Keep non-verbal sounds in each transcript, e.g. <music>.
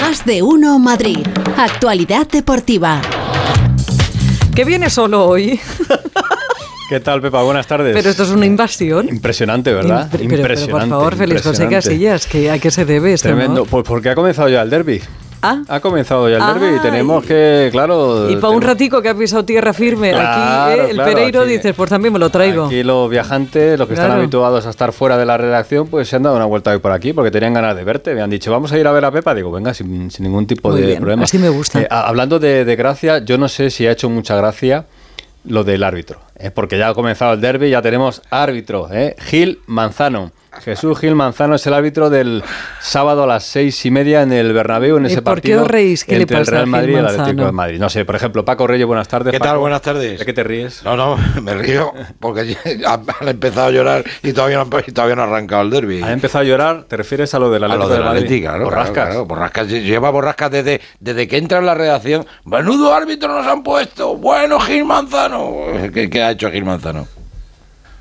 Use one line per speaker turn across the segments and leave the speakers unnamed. Más de uno Madrid. Actualidad deportiva.
Que viene solo
<laughs>
hoy.
¿Qué tal, Pepa? Buenas tardes.
Pero esto es una invasión.
Impresionante, ¿verdad?
Impre- pero- pero,
impresionante.
por favor, Félix José
impresionante.
Casillas, que ¿a qué se debe esto? no?
Tremendo. Pues porque ha comenzado ya el derby.
Ah,
Ha comenzado ya el
Ah,
derby y tenemos
y-
que, claro.
y para un
tenemos-
ratico que ha pisado tierra firme aquí,
Claro,
eh, el
claro,
Pereiro,
aquí-
dices, pues también me lo traigo.
Aquí los viajantes, los que están
Claro.
habituados a estar fuera de la redacción, pues se han dado una vuelta hoy por aquí porque tenían ganas de verte. Me han dicho, vamos a ir a ver a Pepa. Digo, venga, sin, sin ningún tipo
Muy
de
bien,
problema.
así me gusta.
Eh, a- hablando de, de gracia, yo no sé si ha hecho mucha gracia lo del árbitro. eh, porque ya ha comenzado el derby, ya tenemos árbitro. eh, Gil Manzano. Jesús Gil Manzano es el árbitro del sábado a las seis y media en el Bernabéu, en
¿Y
ese
Eh, por qué
partido
os reís? ¿Qué le
entre el
pasa a
Real
Gil
Madrid y el
Manzano?
Atlético de Madrid. No sé, por ejemplo, Paco Reyes, buenas tardes.
¿Qué tal?
Paco.
Buenas tardes.
¿De qué te ríes?
No, <laughs> no, me río porque <laughs> han empezado a llorar y todavía no, han- y todavía no ha arrancado el derbi.
Ha empezado a llorar, ¿te refieres a lo del
A
Atlético
lo de la
Madrid?
Atleti, claro,
Borrascas.
claro, claro, Borrascas lle- lleva borrascas desde, desde que entra en la redacción. Menudo árbitro nos han puesto. Bueno, Gil Manzano. ¿Qué, qué ha hecho Gil Manzano?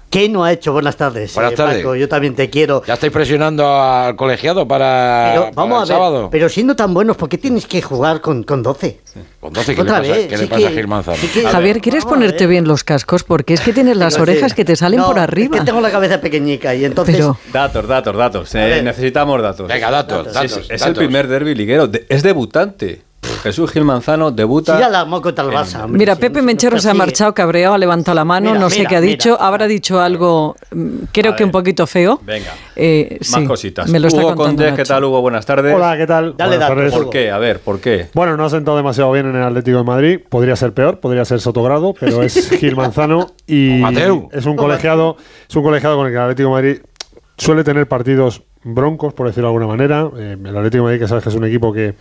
¿Qué no ha hecho? Buenas tardes. eh,
Buenas tardes.
Paco, yo también te quiero.
¿Ya estáis presionando al colegiado para,
Pero,
para
vamos a
el
ver,
sábado?
pero siendo tan buenos, ¿por qué tienes que jugar con, con 12?
Entonces, ¿qué le
Otra
pasa,
vez,
qué le
sí
pasa a
que-
Gil Manzano?
sí que-
A ver,
Javier, ¿quieres
vamos a
ponerte
ver.
bien los cascos? Porque es que tienes las
Pero sí.
orejas que te salen
No,
por arriba.
Es que tengo la cabeza pequeñica y entonces.
Pero-
Datos, datos, datos. Eh,
A ver.
necesitamos datos.
Venga, datos,
Sí,
datos,
sí, es el
datos.
primer derby liguero. de- es debutante. Jesús Gil Manzano debuta.
Siga la moco talbasa, hombre,
Mira,
si
Pepe
no-
Menchero
no
se ha
persigue.
marchado cabreado, ha levantado la mano,
Mira,
no sé
mira,
qué ha
mira.
dicho, habrá dicho algo, mm, creo
A
que un
ver.
poquito feo.
Venga.
Eh,
Más
sí,
cositas.
Me lo está
Hugo
contando
Condés, ¿qué
Nacho.
tal, Hugo? Buenas tardes.
Hola, ¿qué tal?
Dale
Buenas
datos,
tardes.
¿Por qué? A ver, ¿por qué?
Bueno, no ha sentado demasiado bien en el Atlético de Madrid. Podría ser peor, podría ser Sotogrado, pero es Gil Manzano y
Mateu.
es un colegiado, es un colegiado con el que el Atlético de Madrid suele tener partidos broncos, por decirlo de alguna manera. Eh, el Atlético de Madrid, que sabes que es un equipo que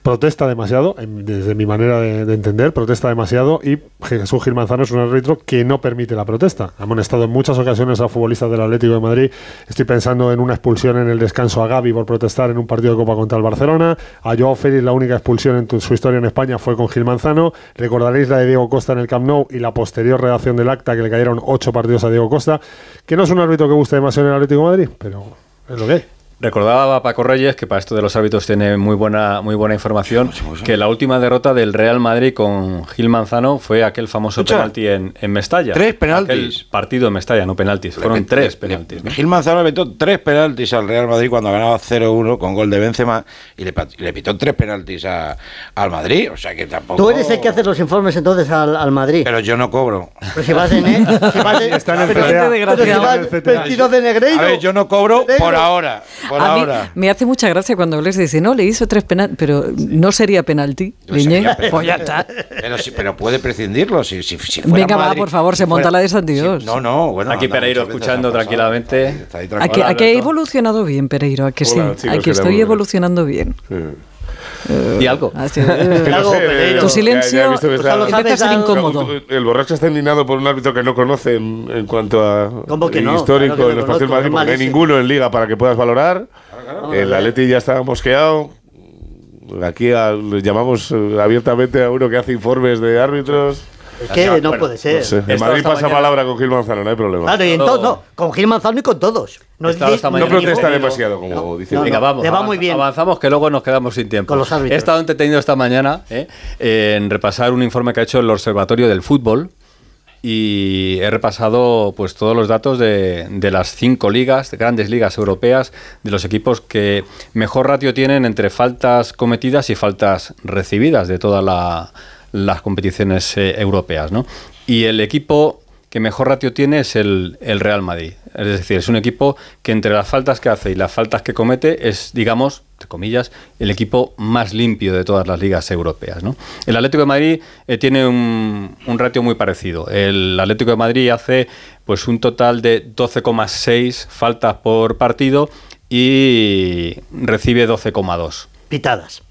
protesta demasiado, en- desde mi manera de, de entender, protesta demasiado y Jesús Gil Manzano es un árbitro que no permite la protesta. Ha amonestado en muchas ocasiones a futbolistas del Atlético de Madrid. Estoy pensando en una expulsión en el descanso a Gaby por protestar en un partido de Copa contra el Barcelona. A Joao Félix la única expulsión en tu- su historia en España fue con Gil Manzano. Recordaréis la de Diego Costa en el Camp Nou y la posterior redacción del acta que le cayeron ocho partidos a Diego Costa, que no es un árbitro que guste demasiado en el Atlético de Madrid, pero es lo que es.
Recordaba a Paco Reyes, que para esto de los hábitos tiene muy buena, muy buena información, que la última derrota del Real Madrid con Gil Manzano fue aquel famoso
Escucha,
penalti en, en Mestalla.
tres penaltis.
Aquel partido en Mestalla, no penaltis. Fueron
Le-
tres
le-
penaltis.
le- Gil Manzano le pitó tres penaltis al Real Madrid cuando ganaba 0-1 con gol de Benzema y le, pat- le pitó tres penaltis a- al Madrid. O sea que tampoco.
Tú eres el que hace los informes entonces al, al Madrid.
Pero yo no cobro.
Pero si vas en. ¿eh? Si vas
<laughs>
en
Está en el
pero- este
CTA.
pero si
Está en
vas
el CTA.
vestido de negreiro.
A ver, yo no cobro
Negro.
por ahora. Por
A mí
ahora.
me hace mucha gracia cuando les dice, no, le hizo tres penaltis, pero no sería penalti,
No
Liñé.
sería penalti.
Pues ya está.
Pero, sí- pero puede prescindirlo. Si, si, si fuera
Venga, va,
Madrid-
por favor, se monta la de San Dios.
no, no, bueno.
Aquí
anda,
Pereiro
muchas veces
escuchando
ha pasado.
tranquilamente.
Está ahí- está ahí
A que,
tranquilo.
a que he evolucionado bien, Pereiro, a que
Hola,
sí,
chicos,
a
¿qué
que
tal?
estoy evolucionando
<laughs>
bien.
Di algo.
Ah,
Así es.
Algo, Pereiro.
Tu silencio
eh, Ya- ya he visto que está-
Gonzalo
empieza a ser
Zárate,
incómodo.
El borracho está indignado por un árbitro que no conoce en, en cuanto a
¿Cómo que no?
histórico
Claro que
en
lo
los partidos de
conozco,
Madrid, porque no hay
malísimo.
ninguno en Liga para que puedas valorar. El Atleti ya está mosqueado. Aquí a- le llamamos eh, abiertamente a uno que hace informes de árbitros.
Es que no puede ser.
No sé. En
Esta-
Madrid
esta
pasa
mañana-
palabra con Gil Manzano, no hay problema.
Claro, y
Todo.
entonces, no, con Gil Manzano y con todos. No,
Estaba esta
no
mañana.
protesta
Digo-
demasiado, como dice.
no,
Venga,
no.
vamos.
Le va
avanza-
muy bien.
Avanzamos que luego nos quedamos sin tiempo.
Con los árbitros.
He estado entretenido esta mañana ¿eh? en repasar un informe que ha hecho el Observatorio del Fútbol y he repasado pues todos los datos de, de las cinco ligas, de grandes ligas europeas, de los equipos que mejor ratio tienen entre faltas cometidas y faltas recibidas de todas la- las competiciones eh, europeas. ¿no? Y el equipo que mejor ratio tiene es el, el Real Madrid. Es decir, es un equipo que entre las faltas que hace y las faltas que comete es, digamos, entre comillas, el equipo más limpio de todas las ligas europeas. ¿no? El Atlético de Madrid eh, tiene un, un ratio muy parecido. El Atlético de Madrid hace pues, un total de 12,6 faltas por partido y recibe 12,2.
Pitadas.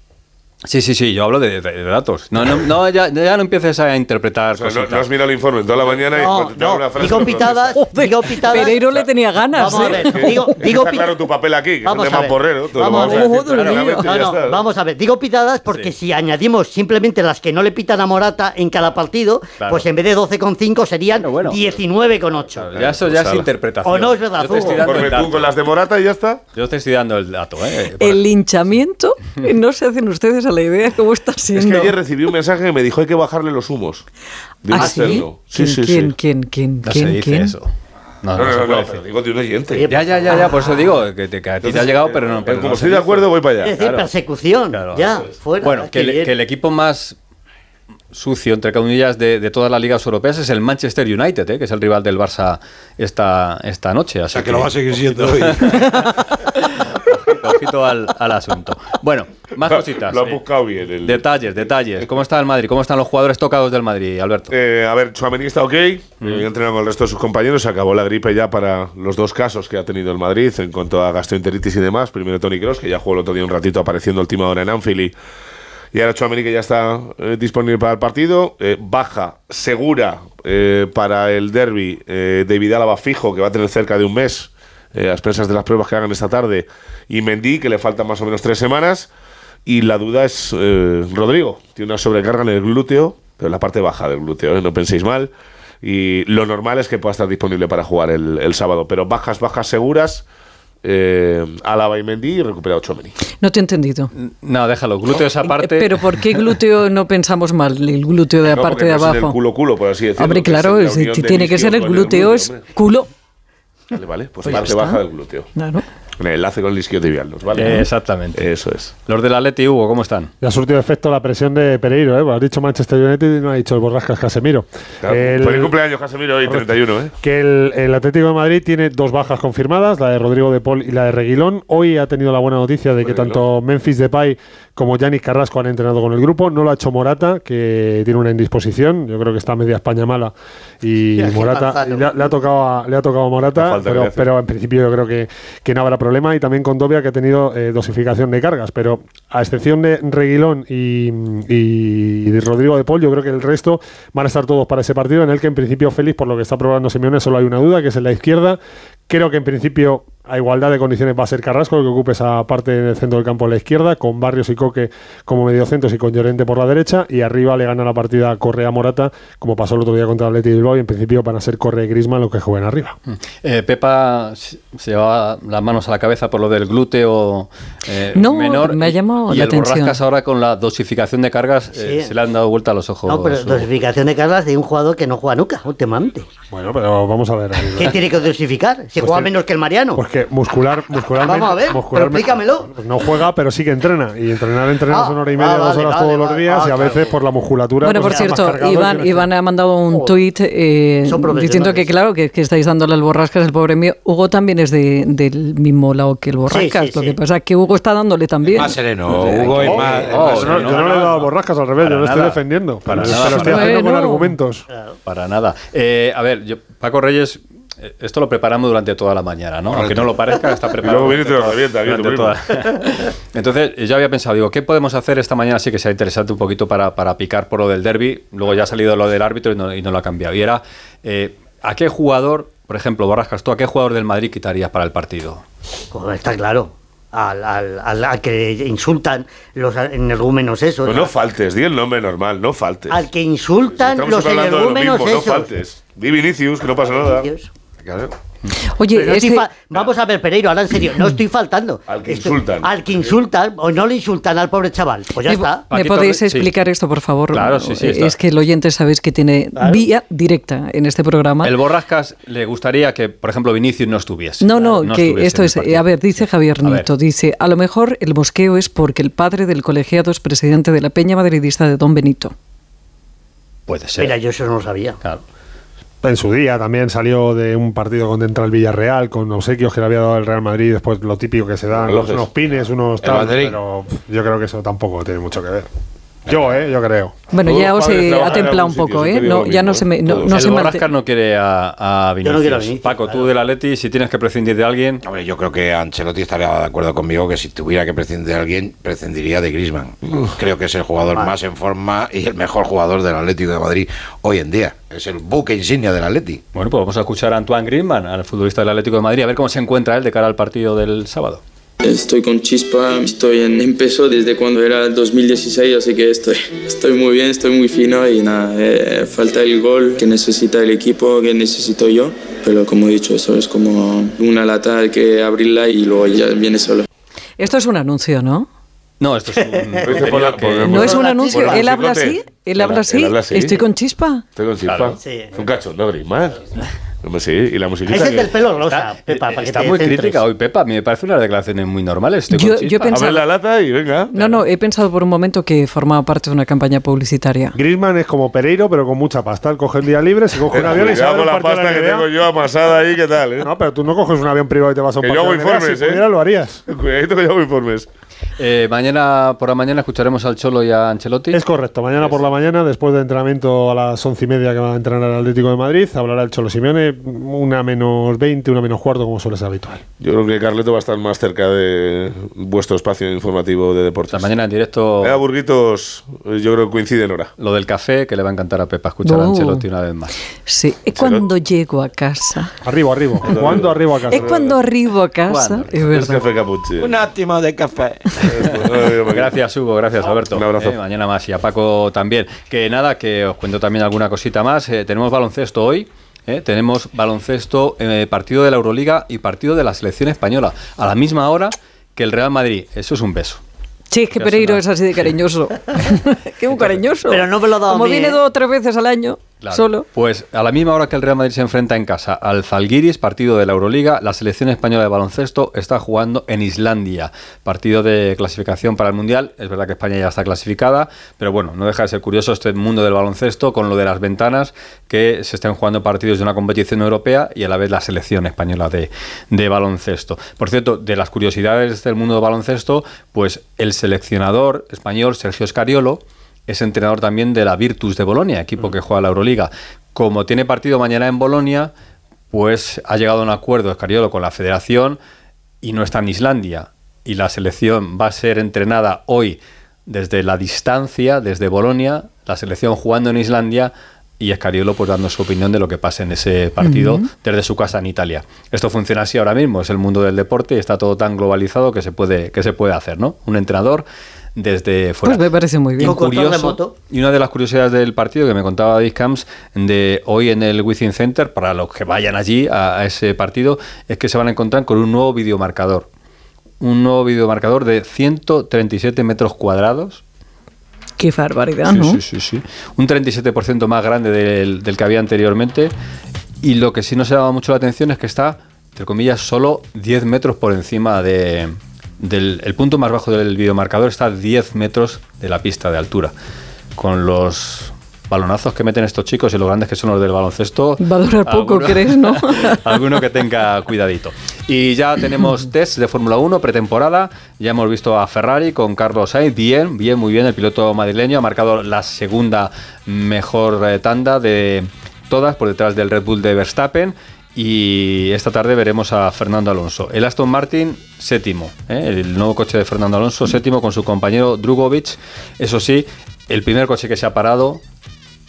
Sí, sí, sí, yo hablo de, de- de datos. No, no, no, ya, ya no empieces a interpretar
O sea, no,
cositas.
no has mirado el informe toda la mañana y
No,
cuando te da una
no,
frase
digo
no
pitadas,
contestas.
Joder,
digo pitadas.
Pereiro le tenía ganas.
Vamos a
¿eh?
ver.
Que-
Digo-
que
digo
está
pi-
claro tu papel aquí, que
Vamos
es
a
de
ver.
mamporrero. te lo
Vamos a
vamos a
ver.
decir
Joder,
claramente
No,
y ya
no,
está.
vamos a ver, digo pitadas porque si añadimos simplemente las que no le pitan a Morata en cada partido,
Claro.
pues en vez de 12,5 serían
Pero bueno.
19,8.
Ya eso ya
Pues
es
ala.
interpretación.
O no es verdad,
Yo te estoy
Hugo.
dando el
Conforme tú
dato.
con las de Morata y ya está.
Yo te estoy dando el dato, ¿eh? Por-
El linchamiento No se hacen ustedes a la idea cómo está
Es que
siendo.
ayer recibí un mensaje que me dijo hay que bajarle los humos. de un
¿Ah, sí?
externo. Sí,
¿Quién,
sí, sí.
quién, quién, quién,
No se
quién,
dice
quién?
eso. No,
No,
no, se
no, no,
puede
no,
decir.
pero digo de un oyente. Eh,
Ya, ya, ya, ya, por eso digo que, te, que a ti te ha llegado, pero no. pero
como
no se
estoy de
dice.
acuerdo, voy para
Es
allá.
decir,
claro.
persecución.
Claro,
ya,
eso es.
fuera.
Bueno, que,
Ah, qué
el-
bien.
que el equipo más sucio, entre comillas, de, de todas las ligas europeas es el Manchester United, ¿eh? que es el rival del Barça esta, esta noche.
O sea, que lo va a seguir siendo hoy.
Ojito al, al asunto. Bueno, más cositas.
<laughs> Lo han
eh.
buscado bien. el-
Detalles, detalles. ¿Cómo está el Madrid? ¿Cómo están los jugadores tocados del Madrid, Alberto?
Eh, a ver, Chuamení está ok.
Mm.
Yo entrenado con el resto de sus compañeros. Se acabó la gripe ya para los dos casos que ha tenido el Madrid en cuanto a gastroenteritis y demás. Primero Tony Cross, que ya jugó el otro día un ratito apareciendo a última hora en Anfield. Y, y ahora Chuamení, que ya está eh, disponible para el partido. Eh, baja, segura eh, para el derby de Vidalaba fijo, que va a tener cerca de un mes. eh, a expensas de las pruebas que hagan esta tarde. Y Mendy, que le faltan más o menos tres semanas. Y la duda es eh, Rodrigo. Tiene una sobrecarga en el glúteo, pero en la parte baja del glúteo, ¿eh? no penséis mal. Y lo normal es que pueda estar disponible para jugar el, el sábado, pero bajas, bajas seguras. Eh, Alaba y Mendy y recuperado Chomeni.
No te he entendido.
No, déjalo. Glúteos aparte.
Eh, Pero ¿por qué glúteo no pensamos mal? El glúteo de la
No,
parte de
porque no es en el
abajo.
culo culo, por así decirlo.
Hombre,
que es
claro,
la
es-
unión del
tiene que ser el
isquio con
glúteo, es
hombre.
culo.
Vale, vale, pues,
Pues ya
parte
está.
baja del glúteo.
Claro.
En el enlace con el isquiotibial, ¿nos ¿vale?
Eh, exactamente.
Eso es.
Los del Atleti, Hugo, ¿cómo están?
Y ha surtido efecto la presión de Pereiro, ¿eh? Pues Ha dicho Manchester United y no ha dicho el Borrascas Casemiro.
Claro.
El-
Feliz cumpleaños, Casemiro, hoy 31, ¿eh?
que el, el Atlético de Madrid tiene dos bajas confirmadas, la de Rodrigo de Paul y la de Reguilón. Hoy ha tenido la buena noticia de que
Reguilón.
tanto Memphis Depay como Yanis Carrasco han entrenado con el grupo. No lo ha hecho Morata, que tiene una indisposición. Yo creo que está media España mala y
Ya, qué
Morata
manzano.
le, ha- le ha tocado a, le ha tocado a
La
Morata,
falta que le
pero,
hace.
pero en principio yo creo que, que no habrá problema. Y también con Dobia, que ha tenido eh, dosificación de cargas. Pero a excepción de Reguilón y, y de Rodrigo de Paul, yo creo que el resto van a estar todos para ese partido, en el que en principio Félix, por lo que está probando Simeone, solo hay una duda, que es en la izquierda. Creo que en principio, a igualdad de condiciones, va a ser Carrasco el que ocupe esa parte del centro del campo a la izquierda, con Barrios y Coque como mediocentros y con Llorente por la derecha, y arriba le gana la partida Correa Morata, como pasó el otro día contra el Atleti Bilbao, y en principio van a ser Correa y Grisman los que jueguen arriba.
Eh, Pepa se se llevaba las manos a la cabeza por lo del glúteo eh,
No,
menor.
me ha llamado
y
la
el
atención.
Borrascas ahora con la dosificación de cargas eh,
Sí.
se le han dado vuelta a los ojos.
No, pero
Hugo.
dosificación de cargas de un jugador que no juega nunca,
<laughs>
últimamente.
Bueno, pero vamos a ver. ahí, ¿no?
¿Qué tiene que dosificar?
Pues
Si juega
tiene-
menos que el Mariano.
Porque muscular, muscularmente.
Vamos a ver, pero
muscularmente-
explícamelo.
pues no juega, pero sí que entrena. Y entrenar, entrenas
Ah,
una hora y media,
ah,
dos
vale,
horas
vale,
todos los
vale.
días.
Ah,
y a
claro.
veces por la musculatura.
Bueno,
pues,
por
está más
cierto,
cargado
Iván,
que-
Iván ha mandado un
Joder.
tuit eh,
Son profesionales.
diciendo que, claro, que, que estáis dándole al Borrascas el pobre mío. Hugo también es de- del mismo lado que el Borrascas.
Sí, sí,
Lo que
sí.
pasa es que Hugo está dándole también.
Más sereno, Hugo es más.
eh,
es
oh,
más
Yo no,
sereno.
yo no le he dado borrascas al revés,
Para
yo lo estoy
nada.
defendiendo.
Para
pero
nada,
pero estoy
para
haciendo con
nada.
argumentos.
Para nada. Eh, a ver, yo- Paco Reyes, eh, esto lo preparamos durante toda la mañana, ¿no? Aunque no lo parezca, está preparado.
luego viene <laughs> y te lo
durante
revienta, bien,
toda- durante toda- <laughs> Entonces, eh, yo había pensado, digo, ¿qué podemos hacer esta mañana? Sí que sea interesante un poquito para, para picar por lo del derby. Luego ya ha salido lo del árbitro y no, y no lo ha cambiado. Y era, eh, ¿a qué jugador, por ejemplo, Borrascas, tú, a qué jugador del Madrid quitarías para el partido?
Joder, está claro. Al, al- al- al que insultan los energúmenos esos.
Pues no faltes, di el nombre normal, no faltes.
al que
pues, Estamos
insultan los
hablando de lo
energúmenos
mismo, no
esos.
faltes. Di Vinicius, que no pasa nada.
Dios.
Claro.
Oye,
Pero no estoy
este-
fa- Vamos a ver, Pereiro, ahora en serio, no estoy faltando.
Mm. Al que
Estoy-
insultan.
Al que insultan, o no le insultan al pobre chaval. Pues ya
¿me-
está.
¿Me
Paquito,
podéis
sí.
explicar esto, por favor?
Claro, sí, sí,
Eh,
está.
Es que el oyente sabéis que tiene vía directa en este programa.
El Borrascas le gustaría que, por ejemplo, Vinicius Ah, no estuviese.
No, no, que
estuviese
esto
en el
es. eh,
partido.
A ver, dice Javier
A ver.
Nieto, dice, a lo mejor el mosqueo es porque el padre del colegiado es presidente de la Peña Madridista de Don Benito.
Puede ser.
Mira, yo eso no lo sabía.
Claro.
En su día también salió de un partido contra el Villarreal con obsequios que le había dado el Real Madrid. Después lo típico que se dan,
Relojes.
unos pines, unos
El
tal.
Madrid.
Pero pff, yo creo que eso tampoco tiene mucho que ver. Yo, ¿eh? Yo creo.
Bueno,
Todos
ya
los
os
padres
he
trabajan en
atemplado
algún
un
sitio,
poco,
siempre
¿eh?
digo
No,
lo
ya no
mismo,
se me, no,
todos.
no
el
se me
Borrascas
ante-
no quiere a, a Vinicius.
quiero a Vinicius,
Paco,
claro.
tú del Atleti, si tienes que prescindir de alguien,
Hombre, yo creo que Ancelotti estaría de acuerdo conmigo que si tuviera que prescindir de alguien, prescindiría de Grisman. Creo que es el jugador más en forma y el mejor jugador del Atlético de Madrid hoy en día. Es el buque insignia del Atleti.
bueno, pues vamos a escuchar a Antoine Griezmann, al futbolista del Atlético de Madrid, a ver cómo se encuentra él de cara al partido del sábado.
Estoy con Chispa, estoy en, en peso desde cuando era el 2016, así que estoy, estoy muy bien, estoy muy fino y nada, eh, falta el gol que necesita el equipo, que necesito yo, pero como he dicho, eso es como una lata, hay que abrirla y luego ya viene solo.
Esto es un anuncio, ¿no?
No, esto
<laughs>
es un.
Lo
Pues
hice por la-
que-
por-
No es un
la
anuncio.
chispa.
Él habla
Chicote.
así. Él
Él-
habla así.
él habla así.
Estoy con chispa.
Estoy con chispa.
Claro.
Sí.
Es un cachondo,
<laughs>
Griezmann. No me sigue. Y la musiquita.
Es el
que- eh,
del pelo rosa,
Está,
Pepa, para que
está
te
muy
centres.
crítica hoy, Pepa. A mí me parece unas declaraciones muy normales. Estoy
Yo-
con
yo
chispa.
pensaba-
Abre la lata y venga.
No, no, he pensado por un momento que formaba parte de una campaña publicitaria.
Griezmann es como Pereiro, pero con mucha pasta. Él coge el día libre, se coge un avión y se va a
Cuidado
un
con Eh, la
partido de
pasta
la
que
NBA.
tengo yo amasada ahí, ¿qué tal? eh?
No, pero tú no coges un avión privado y te vas a un
Que yo
partido
hago
de la NBA.
informes,
Si
¿eh?
pudiera, lo harías.
<laughs> Cuidadito que yo hago informes.
Eh, mañana por la mañana escucharemos al Cholo y a Ancelotti.
Es correcto. Mañana por la mañana, después de entrenamiento a las once y media que va a entrenar el Atlético de Madrid, hablará el Cholo Simeone, una menos 20, una menos cuarto, como suele ser habitual.
Yo creo que Carleto va a estar más cerca de vuestro espacio informativo de
O
deportes.
sea, mañana en directo
Eh, Burguitos, eh, yo creo que coinciden ahora.
lo del café que le va a encantar a Pepa escuchar a
Oh.
Ancelotti una vez más.
Sí, es cuando llego a casa.
Arribo, arribo. ¿Cuándo arribo a casa?
Es cuando arribo a casa. Es
Es
verdad.
café capuchino. <laughs>
átimo de café.
pues Gracias, Hugo. Gracias, Alberto.
Un abrazo.
Eh, mañana más y a Paco también. Que nada, que os cuento también alguna cosita más. Eh, tenemos baloncesto hoy. eh, tenemos baloncesto, eh, partido de la Euroliga y partido de la selección española. A la misma hora que el Real Madrid. Eso es un beso.
Sí, es que
Ya
Pereiro
suena.
es así de
<laughs>
cariñoso. <laughs> Qué un cariñoso.
Pero no me lo ha dado a
Como
mí,
viene
¿eh?
dos o tres veces al año,
Claro.
solo.
Pues a la misma hora que el Real Madrid se enfrenta en casa al Zalgiris, partido de la Euroliga, la selección española de baloncesto está jugando en Islandia, partido de clasificación para el Mundial. Es verdad que España ya está clasificada, pero bueno, no deja de ser curioso este mundo del baloncesto con lo de las ventanas que se están jugando partidos de una competición europea y a la vez la selección española de, de baloncesto. Por cierto, de las curiosidades del mundo del baloncesto, pues el seleccionador español Sergio Escariolo es entrenador también de la Virtus de Bolonia,
Mm.
equipo que juega la Euroliga. Como tiene partido mañana en Bolonia, pues ha llegado a un acuerdo Escariolo con la federación y no está en Islandia. Y la selección va a ser entrenada hoy desde la distancia, desde Bolonia, la selección jugando en Islandia y Escariolo pues dando su opinión de lo que pasa en ese partido desde su casa en Italia. Esto funciona así ahora mismo, es el mundo del deporte y está todo tan globalizado que se puede, que se puede hacer, ¿no? Un entrenador desde fuera.
Pues me parece muy
Y
bien.
un
Con control
curioso-
remoto.
y una de las curiosidades del partido que me contaba Dick Camps de hoy en el Within Center, para los que vayan allí a, a ese partido, es que se van a encontrar con un nuevo videomarcador. Un nuevo videomarcador de 137 metros cuadrados.
Qué barbaridad, ¿no?
Sí, sí, sí, sí. Un 37% más grande del, del que había anteriormente. Y lo que sí nos llama mucho la atención es que está, entre comillas, solo 10 metros por encima de. Del, el punto más bajo del videomarcador está a 10 metros de la pista de altura. Con los balonazos que meten estos chicos y los grandes que son los del baloncesto.
Va a durar poco, ¿crees, no?
<laughs> alguno que tenga cuidadito. Y ya tenemos test de Fórmula 1 pretemporada. Ya hemos visto a Ferrari con Carlos Sainz. Bien, bien, muy bien. El piloto madrileño ha marcado la segunda mejor eh, tanda de todas por detrás del Red Bull de Verstappen. Y esta tarde veremos a Fernando Alonso. El Aston Martin séptimo. ¿eh? El nuevo coche de Fernando Alonso séptimo con su compañero Drugovic. Eso sí, el primer coche que se ha parado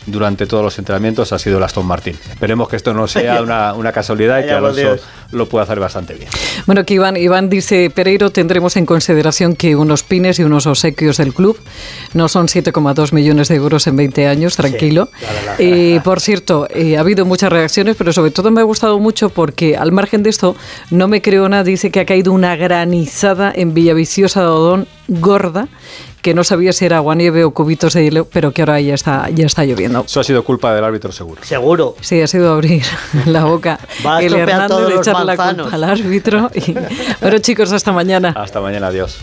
durante todos los entrenamientos ha sido el Aston Martin. Esperemos que esto no sea una, una casualidad y que
Vaya por
Alonso
Dios.
lo pueda hacer bastante bien.
Bueno, que Iván, Iván dice, Pereiro, tendremos en consideración que unos pines y unos obsequios del club no son 7,2 millones de euros en 20 años, tranquilo. Eh, por cierto, eh, ha habido muchas reacciones, pero sobre todo me ha gustado mucho porque al margen de esto, no me creo nada, dice que ha caído una granizada en Villaviciosa de Odón gorda, que no sabía si era aguanieve o cubitos de hielo, pero que ahora ya está, ya está lloviendo.
Eso ha sido culpa del árbitro seguro.
Seguro.
Sí, ha sido abrir la boca.
Va a
el
estropear
Hernández
todos
de
los
echarle la
manzanos.
culpa al árbitro. y- Bueno, chicos, hasta mañana.
Hasta mañana, adiós.